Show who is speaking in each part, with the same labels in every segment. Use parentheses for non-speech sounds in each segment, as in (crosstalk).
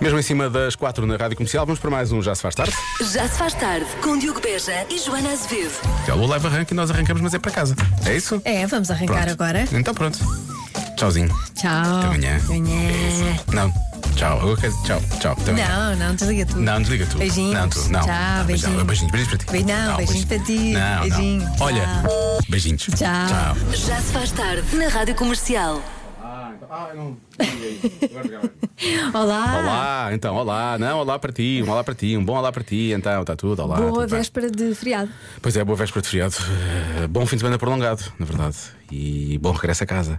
Speaker 1: Mesmo em cima das quatro na Rádio Comercial, vamos para mais um Já Se Faz Tarde.
Speaker 2: Já se faz tarde com Diogo Beja e Joana Azevedo.
Speaker 1: Já o leva arranca e nós arrancamos, mas é para casa. É isso?
Speaker 3: É, vamos arrancar
Speaker 1: Pronto.
Speaker 3: agora.
Speaker 1: Então pronto. Tchauzinho.
Speaker 3: Tchau.
Speaker 1: Até amanhã.
Speaker 3: Amanhã.
Speaker 1: Não. Tchau. Eu quero- Tchau. Tchau. Até amanhã.
Speaker 3: Não, não, desliga tudo.
Speaker 1: Não, desliga tu.
Speaker 3: Beijinhos.
Speaker 1: Não, tu. Não. não,
Speaker 3: Tchau,
Speaker 1: mas não,
Speaker 3: beijinhos.
Speaker 1: Beijinhos. Beijinhos para ti.
Speaker 3: Beijo- não, beijinhos para ti.
Speaker 1: Não, não.
Speaker 3: Beijinho.
Speaker 1: Olha.
Speaker 3: Tchau.
Speaker 1: Beijinhos.
Speaker 3: Tchau.
Speaker 1: Tchau.
Speaker 2: Já se faz tarde na Rádio Comercial.
Speaker 1: Ah, não.
Speaker 3: Olá.
Speaker 1: Olá, então, olá, não, olá para ti, um olá para ti, um bom olá para ti, então, está tudo, olá.
Speaker 3: Boa
Speaker 1: tudo bem?
Speaker 3: véspera de feriado. (laughs)
Speaker 1: Pois é, boa véspera de feriado. Eh, Bom fim de semana prolongado, na verdade. E bom regresso a casa.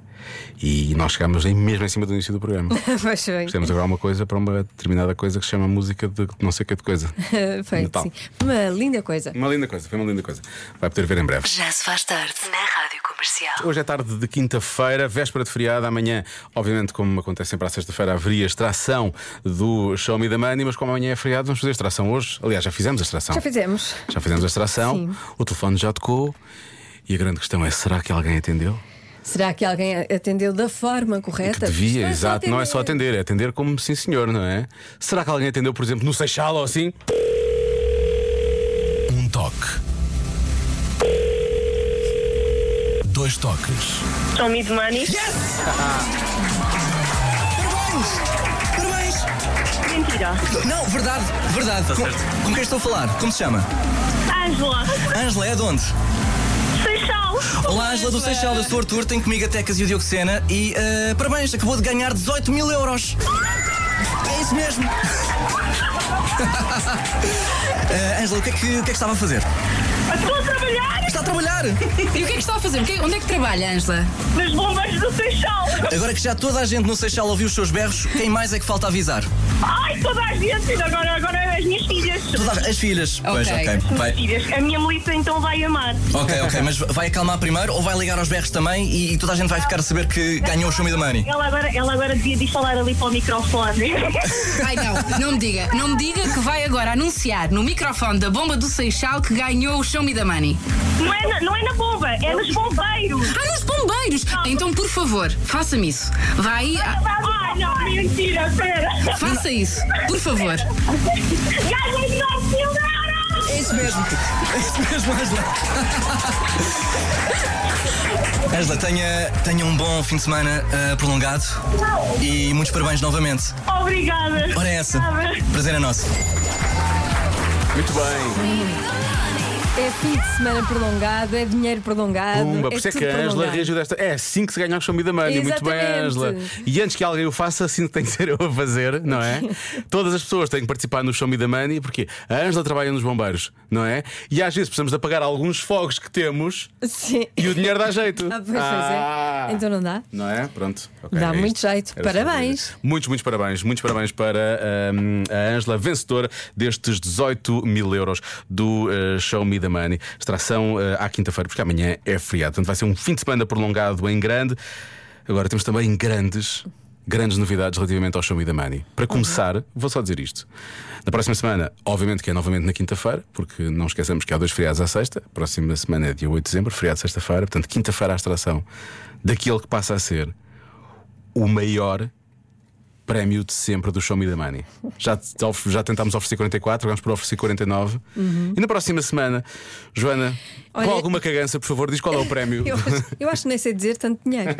Speaker 1: E nós chegámos aí mesmo em cima do início do programa.
Speaker 3: Pois bem.
Speaker 1: Temos agora uma coisa para uma determinada coisa que se chama música de não sei que de coisa.
Speaker 3: (laughs) Foi,
Speaker 1: Natal.
Speaker 3: sim. Uma linda coisa.
Speaker 1: Uma linda coisa, foi uma linda coisa. Vai poder ver em breve.
Speaker 2: Já se faz tarde na Rádio Comercial.
Speaker 1: Hoje é tarde de quinta-feira, véspera de feriado. Amanhã, obviamente, como acontece sempre à sexta-feira, haveria extração do Show Me the Money, mas como amanhã é feriado, vamos fazer extração hoje. Aliás, já fizemos a extração.
Speaker 3: Já fizemos.
Speaker 1: Já fizemos a extração,
Speaker 3: Sim.
Speaker 1: o telefone já tocou e a grande questão é: será que alguém atendeu?
Speaker 3: Será que alguém atendeu da forma correta?
Speaker 1: Que devia,
Speaker 3: Não é só
Speaker 1: exato. Não é só atender, é atender como sim senhor, não é? Será que alguém atendeu, por exemplo, no Seixal ou assim?
Speaker 4: Um toque. Dois toques.
Speaker 5: Show me the money.
Speaker 6: Parabéns!
Speaker 5: Mentira.
Speaker 6: Não, verdade, verdade. com, com quem estou a falar? Como se chama?
Speaker 5: Ângela.
Speaker 6: Ângela, é de onde?
Speaker 5: Seixal.
Speaker 6: Olá, Ângela do Seixal, eu sou o Arthur, tenho comigo a Tecas e o Diogo Sena e eh, parabéns, acabou de ganhar 18 mil euros. É isso mesmo. (laughs) Eh, Ângela, o que, é que, o que é que estava a fazer?
Speaker 5: Estou a trabalhar
Speaker 6: Está a trabalhar!
Speaker 7: E o que é que está a fazer? O que é- Onde é que trabalha, Ângela?
Speaker 5: nas bombas do Seixal.
Speaker 6: Agora que já toda a gente no Seixal ouviu os seus berros, quem mais é que falta avisar?
Speaker 5: Ai, toda a gente. Agora, agora é as minhas filhas.
Speaker 6: Todas as filhas. Pois,
Speaker 7: Ok.
Speaker 6: ok.
Speaker 5: Minhas
Speaker 6: Vai-
Speaker 5: filhas. A minha Melissa então vai amar.
Speaker 6: Ok, ok, mas vai acalmar primeiro ou vai ligar aos berros também e, e toda a gente vai ficar a saber que ganhou o show me the money?
Speaker 5: Ela agora, ela agora devia de falar ali para o microfone.
Speaker 7: Ai não, não me diga. Não me diga que vai agora anunciar no microfone da bomba do Seixal que ganhou o Show Me the Money.
Speaker 5: Não é na, não é na bomba, é nos bombeiros.
Speaker 7: Ah, nos bombeiros! Então, por favor, faça-me isso. Vai, ah,
Speaker 5: Ai, não, mentira, pera.
Speaker 7: faça isso, por favor.
Speaker 5: Ganhei 9 mil euros.
Speaker 6: É isso mesmo. É isso mesmo, Angela. (laughs) Angela, tenha, tenha um bom fim de semana ah, prolongado e muitos parabéns novamente.
Speaker 5: Obrigada.
Speaker 6: Ora é essa.
Speaker 5: Obrigada.
Speaker 6: Prazer é nosso.
Speaker 1: Muito bem.
Speaker 3: É fim de semana prolongado, é dinheiro prolongado.
Speaker 1: Pumba,
Speaker 3: é
Speaker 1: por isso é
Speaker 3: tudo
Speaker 1: que a Ângela
Speaker 3: prolongado.
Speaker 1: reagiu desta. É assim que se ganha o Show Me the Money. Muito bem,
Speaker 3: Exatamente.
Speaker 1: Ângela. E antes que alguém o faça, assim tem que ser eu a fazer, não
Speaker 3: (laughs)
Speaker 1: é? Todas as pessoas têm que participar no Show Me the Money, porque a Ângela trabalha nos bombeiros, não é? E às vezes precisamos de apagar alguns fogos que temos
Speaker 3: Sim.
Speaker 1: e o dinheiro dá jeito.
Speaker 3: (laughs) Ah, pois, pois é.
Speaker 1: Ah.
Speaker 3: Então não dá?
Speaker 1: Não é? Pronto. Ok,
Speaker 3: Dá
Speaker 1: é
Speaker 3: muito
Speaker 1: isto.
Speaker 3: jeito.
Speaker 1: Era só para
Speaker 3: Parabéns.
Speaker 1: dizer. Muitos, muitos parabéns. Muitos parabéns para hum, a Ângela, vencedora destes 18 mil euros do eh, Show Me the Money. Extração eh, à quinta-feira, porque amanhã é feriado. Portanto, vai ser um fim de semana prolongado em grande. Agora temos também grandes. Grandes novidades relativamente ao Show Me the Money.
Speaker 3: Uhum.
Speaker 1: Para começar, vou só dizer isto. Na próxima semana, obviamente que é novamente na quinta-feira, porque não esqueçamos que há dois feriados à sexta. Próxima semana é dia 8 de dezembro, feriado de sexta-feira. Portanto, quinta-feira, a extração daquele que passa a ser o maior prémio de sempre do Show Me the Money. Já, te of- já tentámos oferecer 44, vamos para oferecer 49. E na próxima semana, Joana,
Speaker 3: Uhum. Olha-
Speaker 1: com alguma cagança, por favor, diz qual é o prémio.
Speaker 3: (laughs) Eu acho, eu acho que nem sei dizer tanto
Speaker 1: (laughs)
Speaker 3: dinheiro.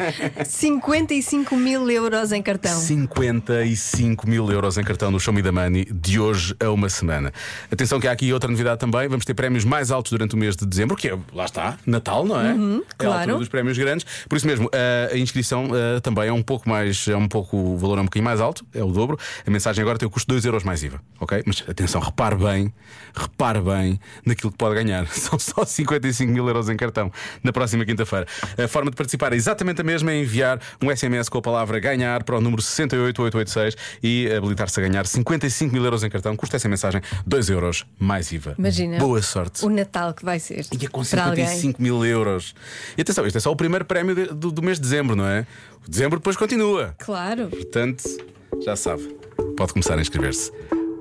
Speaker 3: 55 mil euros em cartão.
Speaker 1: 55 mil euros em cartão no Show Me the Money de hoje a uma semana. Atenção que há aqui outra novidade também. Vamos ter prémios mais altos durante o mês de dezembro, que é, lá está, Natal, não é? É a altura
Speaker 3: Uhum, claro.
Speaker 1: dos prémios grandes. Por isso mesmo, a- a inscrição ah, também é um pouco mais, é um pouco, o valor é um bocadinho mais alto, é o dobro. A mensagem agora tem o custo de 2 euros mais IVA, ok? Mas atenção, repare bem, repare bem naquilo que pode ganhar. (laughs) São só 55 mil euros em cartão na próxima quinta-feira. A forma de participar é exatamente a mesma, é enviar um SMS com a palavra ganhar para o número 68886 e habilitar-se a ganhar 55 mil euros em cartão. Custa essa mensagem 2 euros mais IVA.
Speaker 3: Imagina.
Speaker 1: Boa sorte.
Speaker 3: O Natal que vai ser.
Speaker 1: E é com
Speaker 3: para alguém.
Speaker 1: 55 mil euros. E atenção, este é só o primeiro prémio de- do, do mês de dezembro, não é? O dezembro depois continua.
Speaker 3: Claro.
Speaker 1: Portanto, já sabe, pode começar a inscrever-se.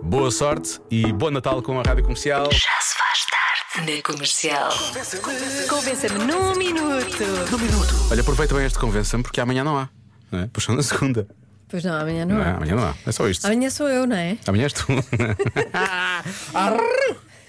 Speaker 1: Boa sorte e bom Natal com a Rádio Comercial.
Speaker 2: Já se faz tarde na Comercial.
Speaker 3: Convença-me num minuto.
Speaker 1: Olha, aproveita bem este convenção porque amanhã não há. Não é? Pois só na segunda.
Speaker 3: Pois não, amanhã não,
Speaker 1: Não é?
Speaker 3: há.
Speaker 1: Amanhã não há. É só isto.
Speaker 3: Amanhã sou eu, não é?
Speaker 1: Amanhã
Speaker 3: (laughs)
Speaker 1: és tu. (laughs) Arr! O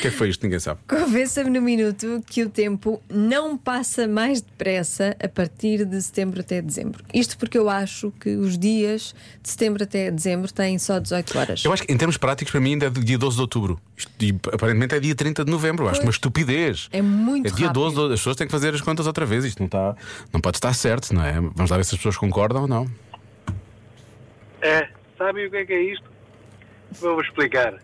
Speaker 1: que é que foi isto? Ninguém sabe.
Speaker 3: Convença-me no minuto que o tempo não passa mais depressa a partir de setembro até dezembro. Isto porque eu acho que os dias de setembro até dezembro têm só 18 horas.
Speaker 1: Eu acho que em termos práticos, para mim ainda é dia 12 de outubro. Isto, e, aparentemente é dia 30 de novembro. Eu Acho uma estupidez.
Speaker 3: É muito
Speaker 1: É dia
Speaker 3: rápido.
Speaker 1: 12, de- as pessoas têm que fazer as contas outra vez. Isto não, está, não pode estar certo, não é? Vamos lá ver se as pessoas concordam ou não.
Speaker 8: É, sabem o que é que é isto? Vou-vos explicar.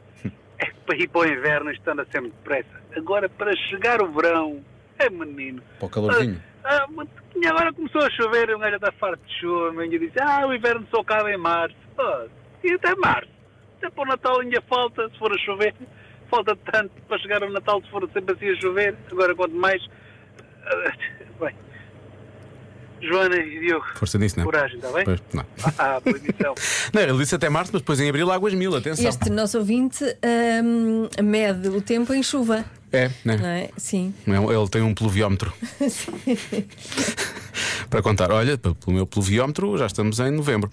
Speaker 8: É que para ir para o inverno isto anda sempre depressa. Agora, para chegar o verão, é menino.
Speaker 1: Para o calorzinho.
Speaker 8: Ah, ah, mas tinha- agora começou a chover, um gajo está farto de chuva, meu disse, ah, o inverno só cabe em março. Ah, e até março. Até para o Natal ainda falta, se for a chover. Falta tanto para chegar ao Natal, se for sempre assim a chover. Agora, quanto mais... (laughs) ah, bem, Joana e Diogo,
Speaker 1: Força nisso, não é?
Speaker 8: coragem,
Speaker 9: tá
Speaker 8: está bem?
Speaker 1: Pois, não.
Speaker 8: Ah, ah, pois então.
Speaker 1: Não, ele disse até março, mas depois em abril águas mil, atenção.
Speaker 3: Este nosso ouvinte hum, mede o tempo em chuva,
Speaker 1: É,
Speaker 3: não
Speaker 1: né?
Speaker 3: é?
Speaker 1: (laughs)
Speaker 3: Sim.
Speaker 1: Ele ele tem um pluviómetro. Para contar, olha, p- pelo meu pluviómetro já estamos em
Speaker 3: (laughs)
Speaker 1: novembro.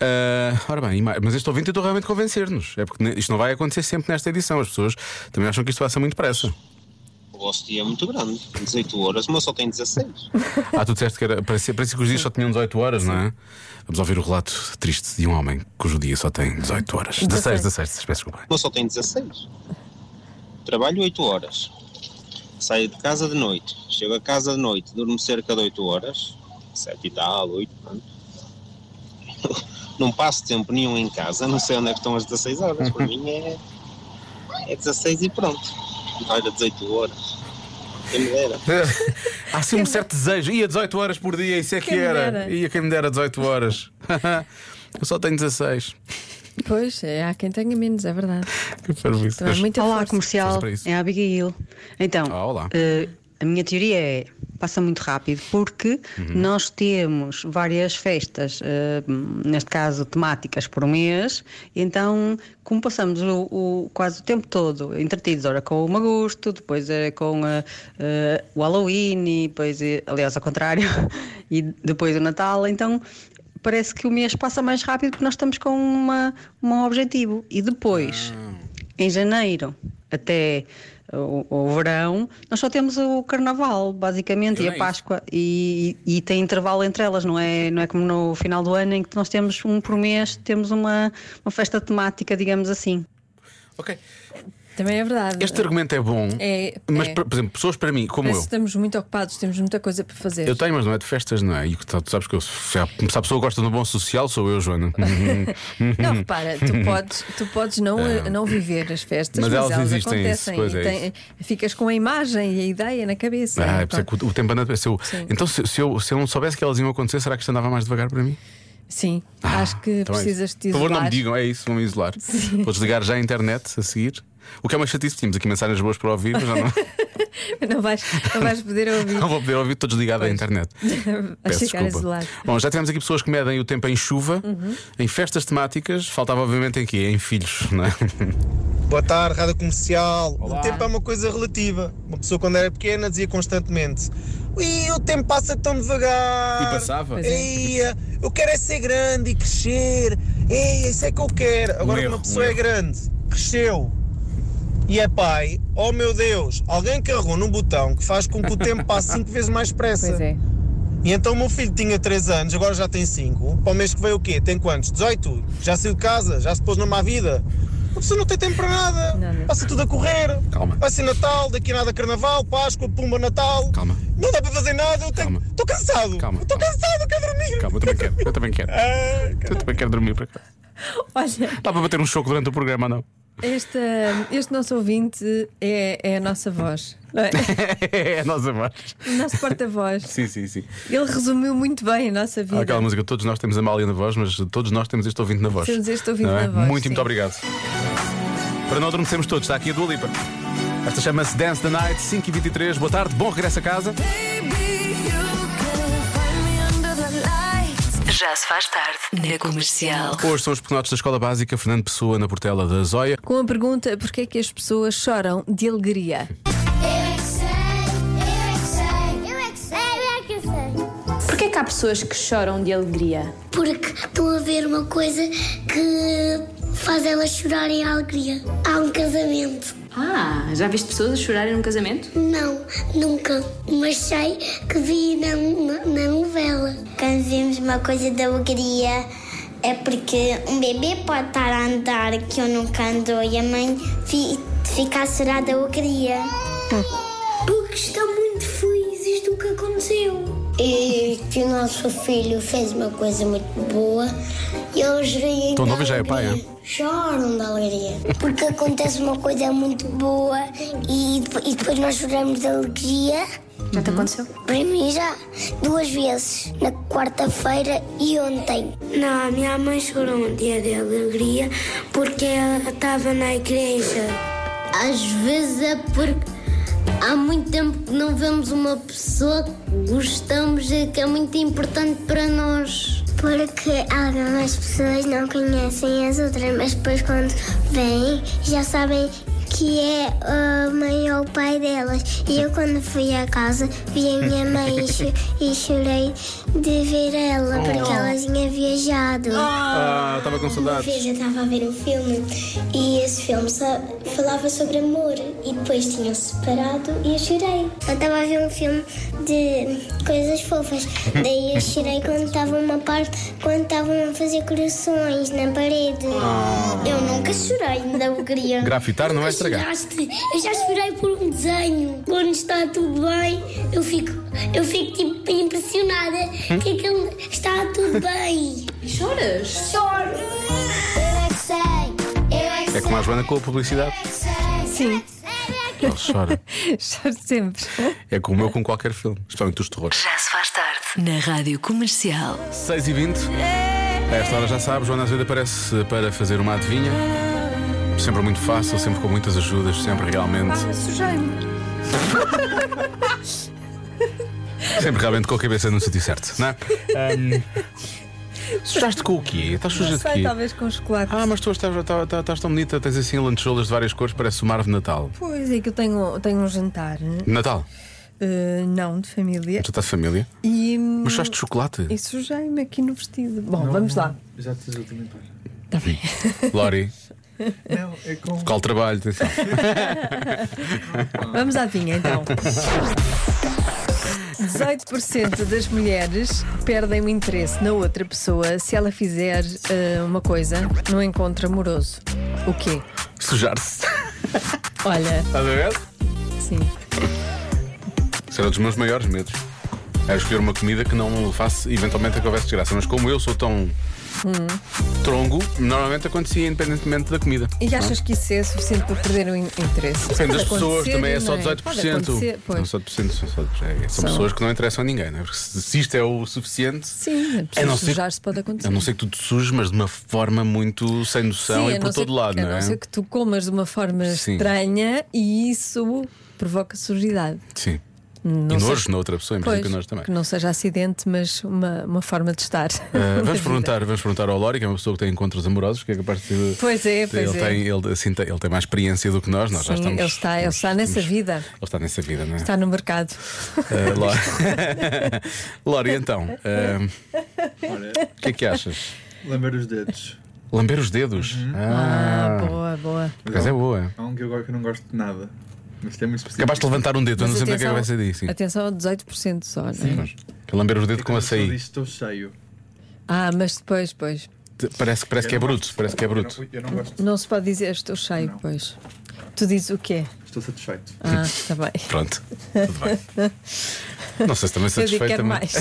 Speaker 1: Ah, ora bem, e mais- mas este ouvinte eu estou realmente a convencer-nos. É porque ne- isto não vai acontecer sempre nesta edição. As pessoas também acham que isto passa muito depressa.
Speaker 10: O vosso dia é muito grande, 18 horas, mas só tem 16.
Speaker 1: Ah, tu disseste que era. Parecia, parecia que os dias só tinham 18 horas, não é? Vamos ouvir o relato triste de um homem cujo dia só tem 18 horas. 16, 16, peço
Speaker 3: (laughs)
Speaker 1: desculpa.
Speaker 10: Mas só tem 16. Trabalho 8 horas. Saio de casa de noite. Chego a casa de noite, durmo cerca de 8 horas. 7 e tal, 8. pronto. (laughs) Não passo tempo nenhum em casa, não sei onde é que estão as 16 horas. Para mim é, é 16 e pronto. Olha, 18 horas. Quem me dera.
Speaker 1: Há assim um certo desejo. Ia 18 horas por dia, isso é que
Speaker 3: Quem me
Speaker 1: era.
Speaker 3: dera.
Speaker 1: Ia quem me dera 18
Speaker 3: (laughs)
Speaker 1: horas. eu só tenho 16.
Speaker 3: Pois, é, há quem tenha menos, é verdade.
Speaker 1: Que parvoíce.
Speaker 3: Também é muita
Speaker 11: Olá,
Speaker 3: força.
Speaker 11: comercial.
Speaker 1: Força para isso.
Speaker 11: É a Abigail. Então,
Speaker 1: Ah, olá.
Speaker 11: eh, a minha teoria é passa muito rápido porque nós temos várias festas, eh, neste caso temáticas por mês, e então como passamos o, o- quase o tempo todo entretidos, ora com o Magusto, depois eh, com eh, eh, o Halloween, e depois, eh, aliás, ao contrário, (laughs) e depois o Natal, então parece que o mês passa mais rápido porque nós estamos com uma, um objetivo. E depois, em janeiro até o, o verão, nós só temos o carnaval, basicamente, e a Páscoa. E, e tem intervalo entre elas, não é, não é como no final do ano em que nós temos um por mês, temos uma, uma festa temática, digamos assim.
Speaker 1: Ok.
Speaker 3: Também é verdade.
Speaker 1: Este argumento é bom,
Speaker 3: É,
Speaker 1: mas,
Speaker 3: é.
Speaker 1: por por exemplo, pessoas para mim, como
Speaker 3: Parece
Speaker 1: eu.
Speaker 3: que estamos muito ocupados, temos muita coisa para fazer.
Speaker 1: Eu tenho, mas não é de festas, não é? E tu tu sabes que eu, se a, se a pessoa gosta de um bom social, sou eu,
Speaker 3: (laughs)
Speaker 1: Joana.
Speaker 3: Não,
Speaker 1: (laughs)
Speaker 3: repara, tu podes, tu podes não, eh, não viver as festas,
Speaker 1: É. Mas
Speaker 3: mas,
Speaker 1: elas
Speaker 3: elas,
Speaker 1: existem,
Speaker 3: acontecem.
Speaker 1: isso, pois é
Speaker 3: e tem- ficas com a imagem e a ideia na cabeça. Então,
Speaker 1: ah, é por isso é que o, o tempo anda. Se eu,
Speaker 3: Sim.
Speaker 1: então, se, se eu, se eu não soubesse que elas iam acontecer, será que isto andava mais devagar para mim?
Speaker 3: Sim, acho que
Speaker 1: Então é
Speaker 3: Eh, precisas
Speaker 1: isso.
Speaker 3: te
Speaker 1: Por
Speaker 3: isolar.
Speaker 1: favor, não me digam, é isso, vou-me isolar. Vou desligar já a internet a seguir. O que é uma chatice, tínhamos aqui mensagens boas para ouvir, mas já não,
Speaker 3: (laughs) (laughs) Não vais, não vais poder ouvir.
Speaker 1: não vou poder ouvir, estou desligado da internet.
Speaker 3: (laughs) Vais
Speaker 1: Peço
Speaker 3: ficar
Speaker 1: desculpa.
Speaker 3: isolado. Uhum.
Speaker 1: Bom, já tivemos aqui pessoas que medem o tempo em chuva, em festas temáticas, faltava obviamente em quê? Em filhos, não é? (laughs)
Speaker 9: Boa tarde, Rádio Comercial. O tempo é uma coisa relativa. Uma pessoa quando era pequena dizia constantemente: Ui, o tempo passa tão devagar.
Speaker 1: E passava. Pois é.
Speaker 9: Eia, eu quero é ser grande e crescer. Ei, isso é que eu quero. Agora que
Speaker 1: erro,
Speaker 9: uma
Speaker 1: um
Speaker 9: pessoa é
Speaker 1: erro.
Speaker 9: grande, cresceu e é pai, oh meu Deus, alguém carregou num botão que faz com que o tempo passe cinco vezes mais depressa.
Speaker 3: Pois é.
Speaker 9: E então o meu filho tinha 3 anos, agora já tem 5. Para o mês que veio o quê? Tem quantos? 18? Já saiu de casa? Já se pôs na má vida? A pessoa não tem tempo para nada.
Speaker 3: Não, não.
Speaker 9: Passa tudo a correr.
Speaker 1: Calma.
Speaker 9: Vai ser Natal, daqui a nada Carnaval, Páscoa, Pumba, Natal.
Speaker 1: Calma.
Speaker 9: Não dá para fazer nada, eu tenho.
Speaker 1: Calma.
Speaker 9: Estou cansado.
Speaker 1: Calma,
Speaker 9: Estou
Speaker 1: calma.
Speaker 9: cansado, eu quero dormir.
Speaker 1: Calma, eu também quero, eu também quero.
Speaker 9: Ah,
Speaker 1: Eu também quero dormir para cá.
Speaker 3: Olha,
Speaker 1: Dá para bater um choco durante o programa, não? (laughs)
Speaker 3: este, este nosso ouvinte é, é a nossa voz. não é? (laughs)
Speaker 1: é a nossa voz.
Speaker 3: O nosso porta-voz.
Speaker 1: Sim, sim, sim.
Speaker 3: Ele resumiu muito bem a nossa
Speaker 1: Há
Speaker 3: vida.
Speaker 1: aquela música, todos nós temos a Mália na voz, mas todos nós temos este ouvinte na voz.
Speaker 3: Temos este ouvinte
Speaker 1: Não é?
Speaker 3: na voz,
Speaker 1: Muito,
Speaker 3: sim.
Speaker 1: muito obrigado. Para não adormecermos todos, está aqui a Dua Lipa. Esta chama-se Dance the Night, 5h23. Boa tarde, bom regresso a casa.
Speaker 2: Já se faz tarde na comercial.
Speaker 1: Hoje são os pequenotes da Escola Básica Fernando Pessoa na Portela da Zóia.
Speaker 3: Com a pergunta: porquê é que as pessoas choram de alegria?
Speaker 12: Eu é que sei, eu é que sei, eu é que sei, eu é que sei.
Speaker 2: Porquê que
Speaker 12: que há pessoas que choram de alegria?
Speaker 13: Porque estão a ver uma coisa que faz elas chorarem à alegria. Há um casamento.
Speaker 12: Ah, já viste pessoas a chorarem num casamento?
Speaker 13: Não, nunca. Mas sei que vi na, na, na novela. Quando vemos uma coisa de alegria é porque um bebê pode estar a andar que eu nunca ando e a mãe fi, fica a chorar da alegria. Porque estão muito felizes do que aconteceu. E que o nosso filho fez uma coisa muito boa e eles riem.
Speaker 1: Tão
Speaker 13: da
Speaker 1: novo já é pai,
Speaker 13: alegria. Choram da alegria. Porque acontece uma coisa muito boa e, depo- e depois nós choramos de alegria.
Speaker 12: Já
Speaker 3: Uhum.
Speaker 12: te aconteceu?
Speaker 13: Para mim já duas vezes, na quarta-feira e ontem. Não, a minha mãe chorou um dia de alegria porque ela estava na igreja. Às vezes é porque há muito tempo que não vemos uma pessoa que gostamos e que é muito importante para nós. Porque algumas pessoas não conhecem as outras, mas depois quando vêm já sabem que é a mãe ou o pai delas. E eu quando fui à casa vi a minha mãe e, cho- e chorei de ver ela, porque ela tinha viajado.
Speaker 1: Ah, estava com
Speaker 13: Uma
Speaker 1: saudades.
Speaker 13: vez eu estava a ver um filme e esse filme só falava sobre amor e depois tinham-se separado e eu chorei. Eu estava a ver um filme de coisas fofas, daí eu chorei quando estava uma parte, quando estavam a fazer corações na parede. Eu nunca chorei da alegria.
Speaker 1: é? Grafitar não vai estragar.
Speaker 13: Choraste? Eu já chorei por um desenho. Quando está tudo bem, eu fico, eu fico tipo impressionada que aquilo está tudo bem. Choras? Choro. Eu é que sei. Eu é que é
Speaker 1: É como a Joana com a
Speaker 3: (laughs)
Speaker 1: publicidade.
Speaker 3: Sim. (laughs)
Speaker 1: Ela chora.
Speaker 3: Choro sempre.
Speaker 1: É como eu com qualquer filme, especialmente dos terrores.
Speaker 2: Já se faz tarde na Rádio Comercial.
Speaker 1: 6 e 20 A esta hora já sabe, Joana Azevedo aparece para fazer uma adivinha. Sempre muito fácil, sempre com muitas ajudas, sempre realmente.
Speaker 3: Ah, sujei-me.
Speaker 1: Sempre realmente com a cabeça no sítio certo, não é? Sujaste com o quê? Estás suja
Speaker 3: Não
Speaker 1: de
Speaker 3: sei,
Speaker 1: quê?
Speaker 3: talvez com chocolate.
Speaker 1: Ah, mas tu estás, estás, estás tão bonita, tens assim lantejoulas de várias cores, parece uma árvore de Natal.
Speaker 3: Pois é que eu tenho, tenho um jantar.
Speaker 1: De Natal?
Speaker 3: eh, não, de família.
Speaker 1: Já estás de família?
Speaker 3: E, hum,
Speaker 1: Mas sujaste de chocolate?
Speaker 3: e sujei-me aqui no vestido. Bom, vamos lá.
Speaker 14: Já te eu também pai.
Speaker 1: (laughs) Lori,
Speaker 14: Não, é com.
Speaker 1: qual trabalho? Atenção.
Speaker 3: Vamos à vinha então. 18% das mulheres perdem o interesse na outra pessoa se ela fizer eh, uma coisa num encontro amoroso. O quê?
Speaker 1: Sujar-se.
Speaker 3: Olha,
Speaker 1: Estás a ver?
Speaker 3: sim.
Speaker 1: Isso era um dos meus maiores medos. Era escolher uma comida que não faça eventualmente a conversa de graça. Mas como eu sou tão
Speaker 3: Hum.
Speaker 1: trongo, normalmente acontecia independentemente da comida.
Speaker 3: E achas que isso é suficiente para perder o in- interesse?
Speaker 1: Depende das
Speaker 3: Pode
Speaker 1: pessoas,
Speaker 3: acontecer,
Speaker 1: também é
Speaker 3: não
Speaker 1: só
Speaker 3: Pode
Speaker 1: 18%.
Speaker 3: acontecer, pois.
Speaker 1: Não, só 18%, são só- é- são
Speaker 3: São.
Speaker 1: pessoas que não interessam a ninguém, não é? Porque se se isto é o suficiente.
Speaker 3: Sim, a
Speaker 1: A não
Speaker 3: pessoa
Speaker 1: ser-
Speaker 3: sujar-se pode acontecer.
Speaker 1: A não ser que tu te sujes, mas de uma forma muito sem noção
Speaker 3: Sim, a
Speaker 1: e por
Speaker 3: não ser
Speaker 1: todo lado,
Speaker 3: que,
Speaker 1: não
Speaker 3: A
Speaker 1: é?
Speaker 3: não ser que tu comas de uma forma
Speaker 1: Sim.
Speaker 3: estranha e isso provoca sujidade.
Speaker 1: Sim.
Speaker 3: Não
Speaker 1: e
Speaker 3: sei-
Speaker 1: nojo na outra pessoa, imagino
Speaker 3: Pois,
Speaker 1: que nojo também.
Speaker 3: que não seja acidente, mas uma, uma forma
Speaker 1: (laughs)
Speaker 3: de estar.
Speaker 1: Ah,
Speaker 3: na
Speaker 1: vamos,
Speaker 3: vida.
Speaker 1: perguntar, vamos perguntar ao Lori, que é uma pessoa que tem encontros amorosos, que é capaz de.
Speaker 3: Pois é,
Speaker 1: de-
Speaker 3: pois
Speaker 1: ele
Speaker 3: é.
Speaker 1: Tem, ele, assim, tem- ele tem mais experiência do que nós, nós já
Speaker 3: Sim,
Speaker 1: estamos.
Speaker 3: ele está, ele está nessa vida,
Speaker 1: Ele está nessa vida, não é?
Speaker 3: está no mercado.
Speaker 1: Ah, Lori... (laughs) Lori, então, ah, o que é que achas?
Speaker 14: Lamber os dedos.
Speaker 1: Lamber os dedos?
Speaker 3: Ah, boa, boa.
Speaker 1: Por acaso é boa.
Speaker 14: Há um que eu gosto que eu não gosto de nada. Mas isto é muito específico.
Speaker 1: Capaz de levantar um dedo, eu não
Speaker 3: Mas
Speaker 1: sei porque é que a
Speaker 3: atenção-
Speaker 1: cabeça diz. Sim.
Speaker 3: Atenção a 18% só, não é?
Speaker 1: Que é Lamber os dedos com
Speaker 14: Quando a pessoa
Speaker 1: açaí.
Speaker 14: diz Estou cheio.
Speaker 3: Ah, mas depois, pois.
Speaker 1: Te- Parece, parece que é bruto, parece que é bruto.
Speaker 14: Eu não gosto.
Speaker 3: Não se pode dizer estou cheio, pois. Tu dizes o quê?
Speaker 14: Estou satisfeito.
Speaker 3: Ah, está bem.
Speaker 1: Pronto. Não sei se também
Speaker 3: (laughs) Eu digo,
Speaker 1: satisfeito
Speaker 3: quero
Speaker 1: também. (laughs)
Speaker 3: mais.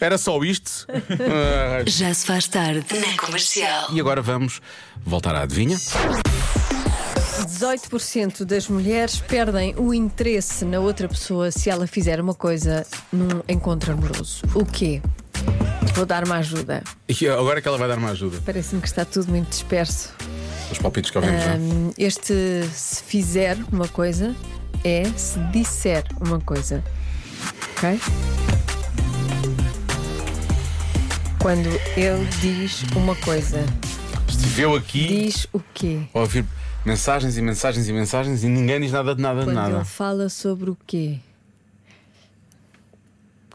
Speaker 1: Era só isto? Ah,
Speaker 2: Já se faz tarde na Comercial.
Speaker 1: E agora vamos voltar à adivinha.
Speaker 3: 18% das mulheres perdem o interesse na outra pessoa se ela fizer uma coisa num encontro amoroso. O quê? Vou dar uma ajuda.
Speaker 1: E agora é que ela vai dar uma ajuda.
Speaker 3: Parece-me que está tudo muito disperso.
Speaker 1: Os palpites que ouvimos, não é?
Speaker 3: Ahm, este se fizer uma coisa é se disser uma coisa. Ok? Quando ele diz uma coisa,
Speaker 1: Estiveu aqui
Speaker 3: diz o quê?
Speaker 1: a ouvir mensagens e mensagens e mensagens e ninguém diz nada de nada de
Speaker 3: Quando ele
Speaker 1: nada.
Speaker 3: fala sobre o quê?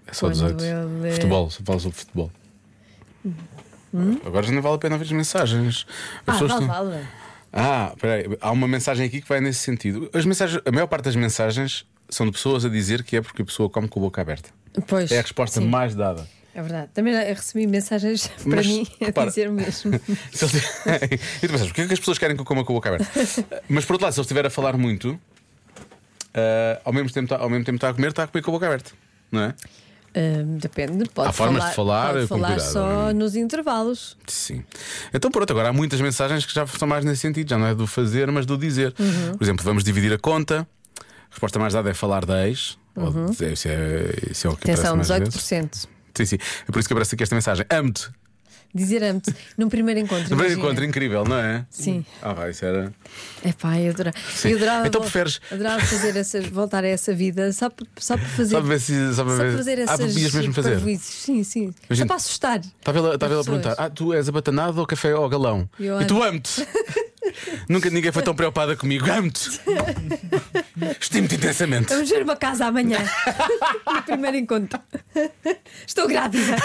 Speaker 1: É só 18.
Speaker 3: Quando ele-
Speaker 1: Futebol, só falo sobre futebol.
Speaker 3: Hum?
Speaker 1: Agora já não vale a pena ver as mensagens. As
Speaker 3: Ah,
Speaker 1: pessoas
Speaker 3: vale,
Speaker 1: estão-
Speaker 3: vale.
Speaker 1: Ah, peraí, há uma mensagem aqui que vai nesse sentido. As mensagens, a maior parte das mensagens são de pessoas a dizer que é porque a pessoa come com a boca aberta.
Speaker 3: Pois,
Speaker 1: é a resposta
Speaker 3: sim.
Speaker 1: mais
Speaker 3: (laughs)
Speaker 1: dada.
Speaker 3: É verdade. Também eu recebi mensagens (laughs) para
Speaker 1: Mas,
Speaker 3: mim a
Speaker 1: repara.
Speaker 3: dizer
Speaker 1: (laughs)
Speaker 3: o mesmo.
Speaker 1: Se ele- e tu pensas, porquê é que as pessoas querem que eu coma com a boca
Speaker 3: (laughs)
Speaker 1: aberta? Mas por outro lado, se ele estiver a falar muito, ah, ao, mesmo tempo, tá- ao mesmo tempo está a comer, está a comer com a boca aberta, não é?
Speaker 3: Hum, depende, pode
Speaker 1: Há formas de falar é
Speaker 3: pode
Speaker 1: com
Speaker 3: falar
Speaker 1: cuidado,
Speaker 3: só nos intervalos.
Speaker 1: Sim. Então pronto, agora há muitas mensagens que já são mais nesse sentido, já não é do fazer, mas do dizer.
Speaker 3: Uhum.
Speaker 1: Por exemplo, vamos dividir a conta. A resposta mais dada é falar 10.
Speaker 3: Uhum.
Speaker 1: Isso é, isso é o que
Speaker 3: Atenção,
Speaker 1: aparece mais vezes.
Speaker 3: 18%.
Speaker 1: Sim, sim. É por isso que aparece aqui esta mensagem. Amo-te.
Speaker 3: Dizer amo-te num primeiro encontro.
Speaker 1: No primeiro
Speaker 3: imagina.
Speaker 1: encontro, incrível, não é?
Speaker 3: Sim.
Speaker 1: Ah, vai, isso era.
Speaker 3: Epá, eu adorava.
Speaker 1: Sim.
Speaker 3: Eu adorava
Speaker 1: Então
Speaker 3: vol-
Speaker 1: preferes-
Speaker 3: adorava fazer essa, voltar a essa vida só por, só por fazer.
Speaker 1: Só para ver se- só para ver-
Speaker 3: fazer
Speaker 1: Ah,
Speaker 3: essas
Speaker 1: podias mesmo fazer?
Speaker 3: parvoíces. Sim, sim. Só
Speaker 1: Imagina-
Speaker 3: para assustar.
Speaker 1: Estava ela,
Speaker 3: as
Speaker 1: estava ela a perguntar:
Speaker 3: pessoas.
Speaker 1: Ah, tu és abatanado ou café ou galão?
Speaker 3: Eu
Speaker 1: e tu
Speaker 3: amo.
Speaker 1: amo-te. (laughs) Nunca ninguém foi tão preocupada comigo.
Speaker 3: (laughs)
Speaker 1: Amo-te. Estimo-te intensamente.
Speaker 3: Vamos ver uma casa
Speaker 1: (laughs)
Speaker 3: amanhã. no primeiro encontro. Estou grávida.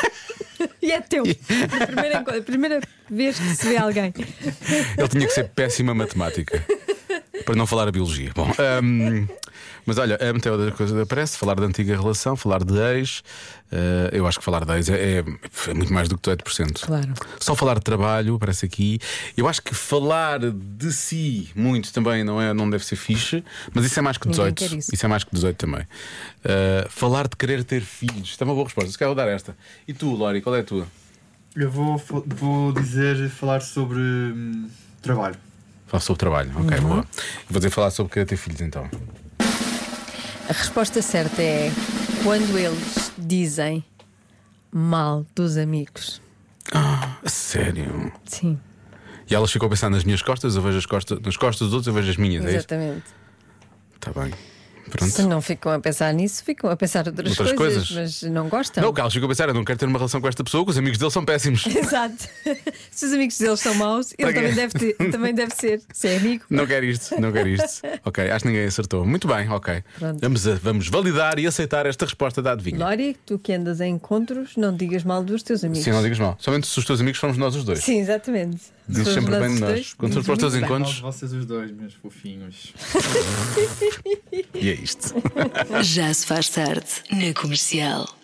Speaker 3: E é teu. No primeiro encontro- primeira vez que se vê alguém.
Speaker 1: Ele tinha que ser péssima matemática. Para não falar a biologia. Bom, ahm, mas olha, a muita outra coisa que aparece, falar da antiga relação, falar de ex. eh, eu acho que falar de ex é, é- é muito mais do que 18%.
Speaker 3: Claro.
Speaker 1: Só falar de trabalho aparece aqui. Eu acho que falar de si muito também não, é, não deve ser fixe, mas isso é mais que
Speaker 3: Ninguém
Speaker 1: 18.
Speaker 3: quer isso.
Speaker 1: é mais que 18 também. Eh, falar de querer ter filhos. Isto é uma boa resposta. Se calhar vou dar esta. E tu, Lori, qual é a tua?
Speaker 14: Eu vou, fa- vou dizer, falar sobre hum, trabalho.
Speaker 1: Falar sobre trabalho. Ok,
Speaker 3: Uhum.
Speaker 1: boa. Vou dizer falar sobre querer ter filhos então.
Speaker 3: A resposta certa é quando eles dizem mal dos amigos.
Speaker 1: A Sério?
Speaker 3: Sim.
Speaker 1: E elas ficam a pensar nas minhas costas, eu vejo as costas, nas costas dos outros, eu vejo as minhas, é isso?
Speaker 3: Exatamente.
Speaker 1: Está bem. Pronto.
Speaker 3: Se não ficam a pensar nisso, ficam a pensar outras,
Speaker 1: Outras
Speaker 3: coisas,
Speaker 1: coisas.
Speaker 3: mas não gostam.
Speaker 1: Não, o que elas ficam a pensar, eu não quero ter uma relação com esta pessoa, que os amigos dele são péssimos.
Speaker 3: (laughs) Exato. Se os amigos deles são maus,
Speaker 1: Para
Speaker 3: ele
Speaker 1: quê?
Speaker 3: também deve, ter- também deve ser. Se é amigo.
Speaker 1: Não quero isto, não quero
Speaker 3: (laughs)
Speaker 1: isto. ok, acho que ninguém acertou. Muito bem, ok.
Speaker 3: Pronto.
Speaker 1: Vamos, a- vamos validar e aceitar esta resposta da adivinha.
Speaker 3: Lória, tu que andas em encontros, não digas mal dos teus amigos.
Speaker 1: Sim, não digas mal. Somente se os teus amigos somos nós os dois.
Speaker 3: Sim, exatamente.
Speaker 1: Dizes
Speaker 3: Somos
Speaker 1: sempre bem de
Speaker 3: os
Speaker 1: nós.
Speaker 3: dois,
Speaker 1: Quando
Speaker 3: dizes
Speaker 1: for para os
Speaker 3: muito bem.
Speaker 1: encontros.
Speaker 14: Vocês os dois, meus fofinhos.
Speaker 1: (laughs) E é isto.
Speaker 2: Já se faz tarde na comercial.